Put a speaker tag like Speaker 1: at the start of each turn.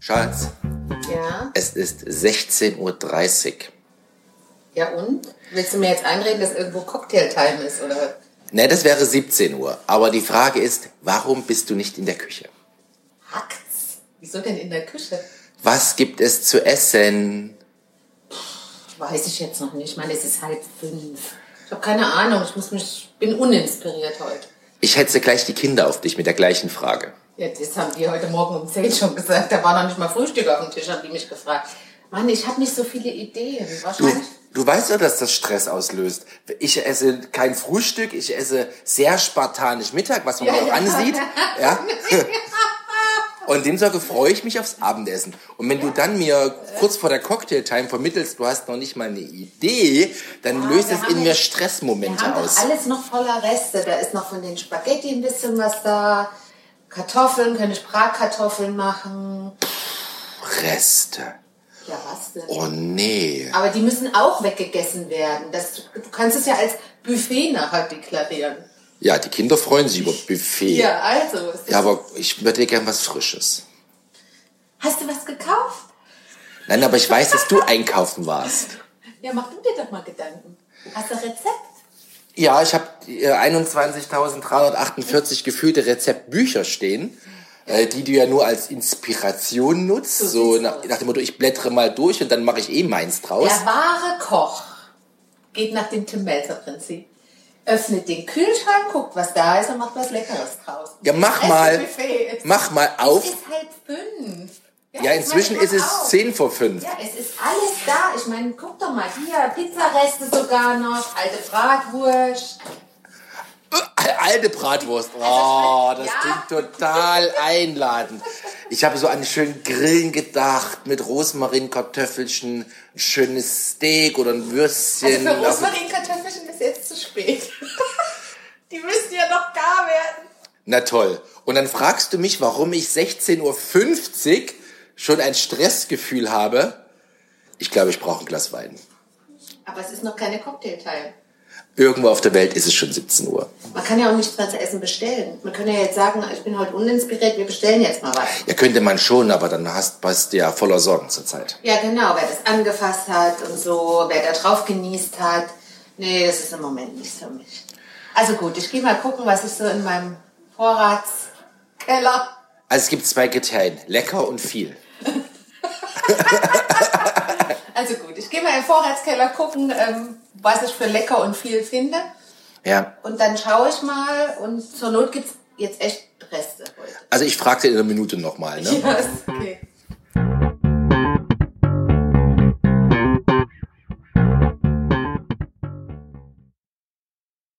Speaker 1: Charles,
Speaker 2: Ja.
Speaker 1: es ist 16.30 Uhr.
Speaker 2: Ja und? Willst du mir jetzt einreden, dass irgendwo Cocktailtime ist oder?
Speaker 1: Ne, das wäre 17 Uhr. Aber die Frage ist, warum bist du nicht in der Küche?
Speaker 2: Hackt's. Wieso denn in der Küche?
Speaker 1: Was gibt es zu essen?
Speaker 2: Weiß ich jetzt noch nicht. Ich meine, es ist halb fünf. Ich habe keine Ahnung. Ich muss mich, bin uninspiriert heute.
Speaker 1: Ich hetze gleich die Kinder auf dich mit der gleichen Frage.
Speaker 2: Ja, das haben die heute Morgen um zehn schon gesagt. Da war noch nicht mal Frühstück auf dem Tisch, haben die mich gefragt. Mann, ich habe nicht so viele Ideen.
Speaker 1: Du,
Speaker 2: Wahrscheinlich.
Speaker 1: du weißt ja, dass das Stress auslöst. Ich esse kein Frühstück, ich esse sehr spartanisch Mittag, was man
Speaker 2: Ja,
Speaker 1: mir auch
Speaker 2: ja.
Speaker 1: ansieht. Ja? Und demzufolge freue ich mich aufs Abendessen. Und wenn du dann mir kurz vor der Cocktailtime vermittelst, du hast noch nicht mal eine Idee, dann
Speaker 2: Ja,
Speaker 1: löst
Speaker 2: wir
Speaker 1: es
Speaker 2: haben
Speaker 1: in mir
Speaker 2: jetzt- Wir
Speaker 1: Stressmomente
Speaker 2: haben
Speaker 1: aus.
Speaker 2: doch alles noch voller Reste. Da ist noch von den Spaghetti ein bisschen was da. Kartoffeln, kann ich Bratkartoffeln machen.
Speaker 1: Reste.
Speaker 2: Ja, was denn?
Speaker 1: Oh nee.
Speaker 2: Aber die müssen auch weggegessen werden. Das, du kannst es ja als Buffet nachher deklarieren.
Speaker 1: Ja, die Kinder freuen sich über Buffet.
Speaker 2: Ja, also. es ist-
Speaker 1: Ja, aber ich würde gern was Frisches.
Speaker 2: Hast du was gekauft?
Speaker 1: Nein, aber ich weiß, dass du einkaufen warst.
Speaker 2: Ja, mach du dir doch mal Gedanken. Hast du ein Rezept?
Speaker 1: Ja, ich habe 21.348 gefühlte Rezeptbücher stehen, äh, die du ja nur als Inspiration nutzt.
Speaker 2: So
Speaker 1: So
Speaker 2: sieht's
Speaker 1: nach,
Speaker 2: aus.
Speaker 1: nach dem Motto, ich blättere mal durch und dann mache ich eh meins draus.
Speaker 2: Der wahre Koch geht nach dem Tim Melzer-Prinzip. Öffnet den Kühlschrank, guckt, was da ist und macht was Leckeres draus.
Speaker 1: Ja, mach
Speaker 2: Das
Speaker 1: mal,
Speaker 2: Buffet.
Speaker 1: mach mal auf.
Speaker 2: Es ist halb fünf.
Speaker 1: Ja,
Speaker 2: ich
Speaker 1: inzwischen
Speaker 2: meine,
Speaker 1: ist
Speaker 2: mach
Speaker 1: es
Speaker 2: auf.
Speaker 1: 10 vor 5.
Speaker 2: Ja, es ist alles da. Ich meine, guck doch mal, hier Pizzareste sogar noch, alte Bratwurst.
Speaker 1: Alte Bratwurst. Oh, das
Speaker 2: Ja.
Speaker 1: klingt total einladend. Ich habe so an schönen Grillen gedacht mit Rosmarinkartoffelchen, ein schönes Steak oder ein
Speaker 2: Also
Speaker 1: Würstchen.
Speaker 2: für Rosmarinkartoffelchen ist jetzt zu spät. Die müssen ja noch gar werden.
Speaker 1: Na toll. Und dann fragst du mich, warum ich 16.50 Uhr schon ein Stressgefühl habe. Ich glaube, ich brauche ein Glas Wein.
Speaker 2: Aber es ist noch keine Cocktailteil.
Speaker 1: Irgendwo auf der Welt ist es schon 17 Uhr.
Speaker 2: Man kann ja auch nichts mehr zu essen bestellen. Man kann ja jetzt sagen, ich bin heute uninspiriert, wir bestellen jetzt mal was.
Speaker 1: Ja, könnte man schon, aber dann hast, bist du ja voller Sorgen zurzeit.
Speaker 2: Ja, genau, wer das angefasst hat und so, wer da drauf genießt hat. Nee, das ist im Moment nichts für mich. Also gut, ich gehe mal gucken, was ich so in meinem Vorratskeller.
Speaker 1: Also es gibt zwei Kriterien, lecker und viel.
Speaker 2: Also gut, ich gehe mal im Vorratskeller gucken, ähm, was ich für lecker und viel finde.
Speaker 1: Ja,
Speaker 2: Und dann schaue ich mal und zur Not gibt's jetzt echt Reste heute.
Speaker 1: Also ich frage dir in einer Minute nochmal, ne?
Speaker 2: Ja, ist okay.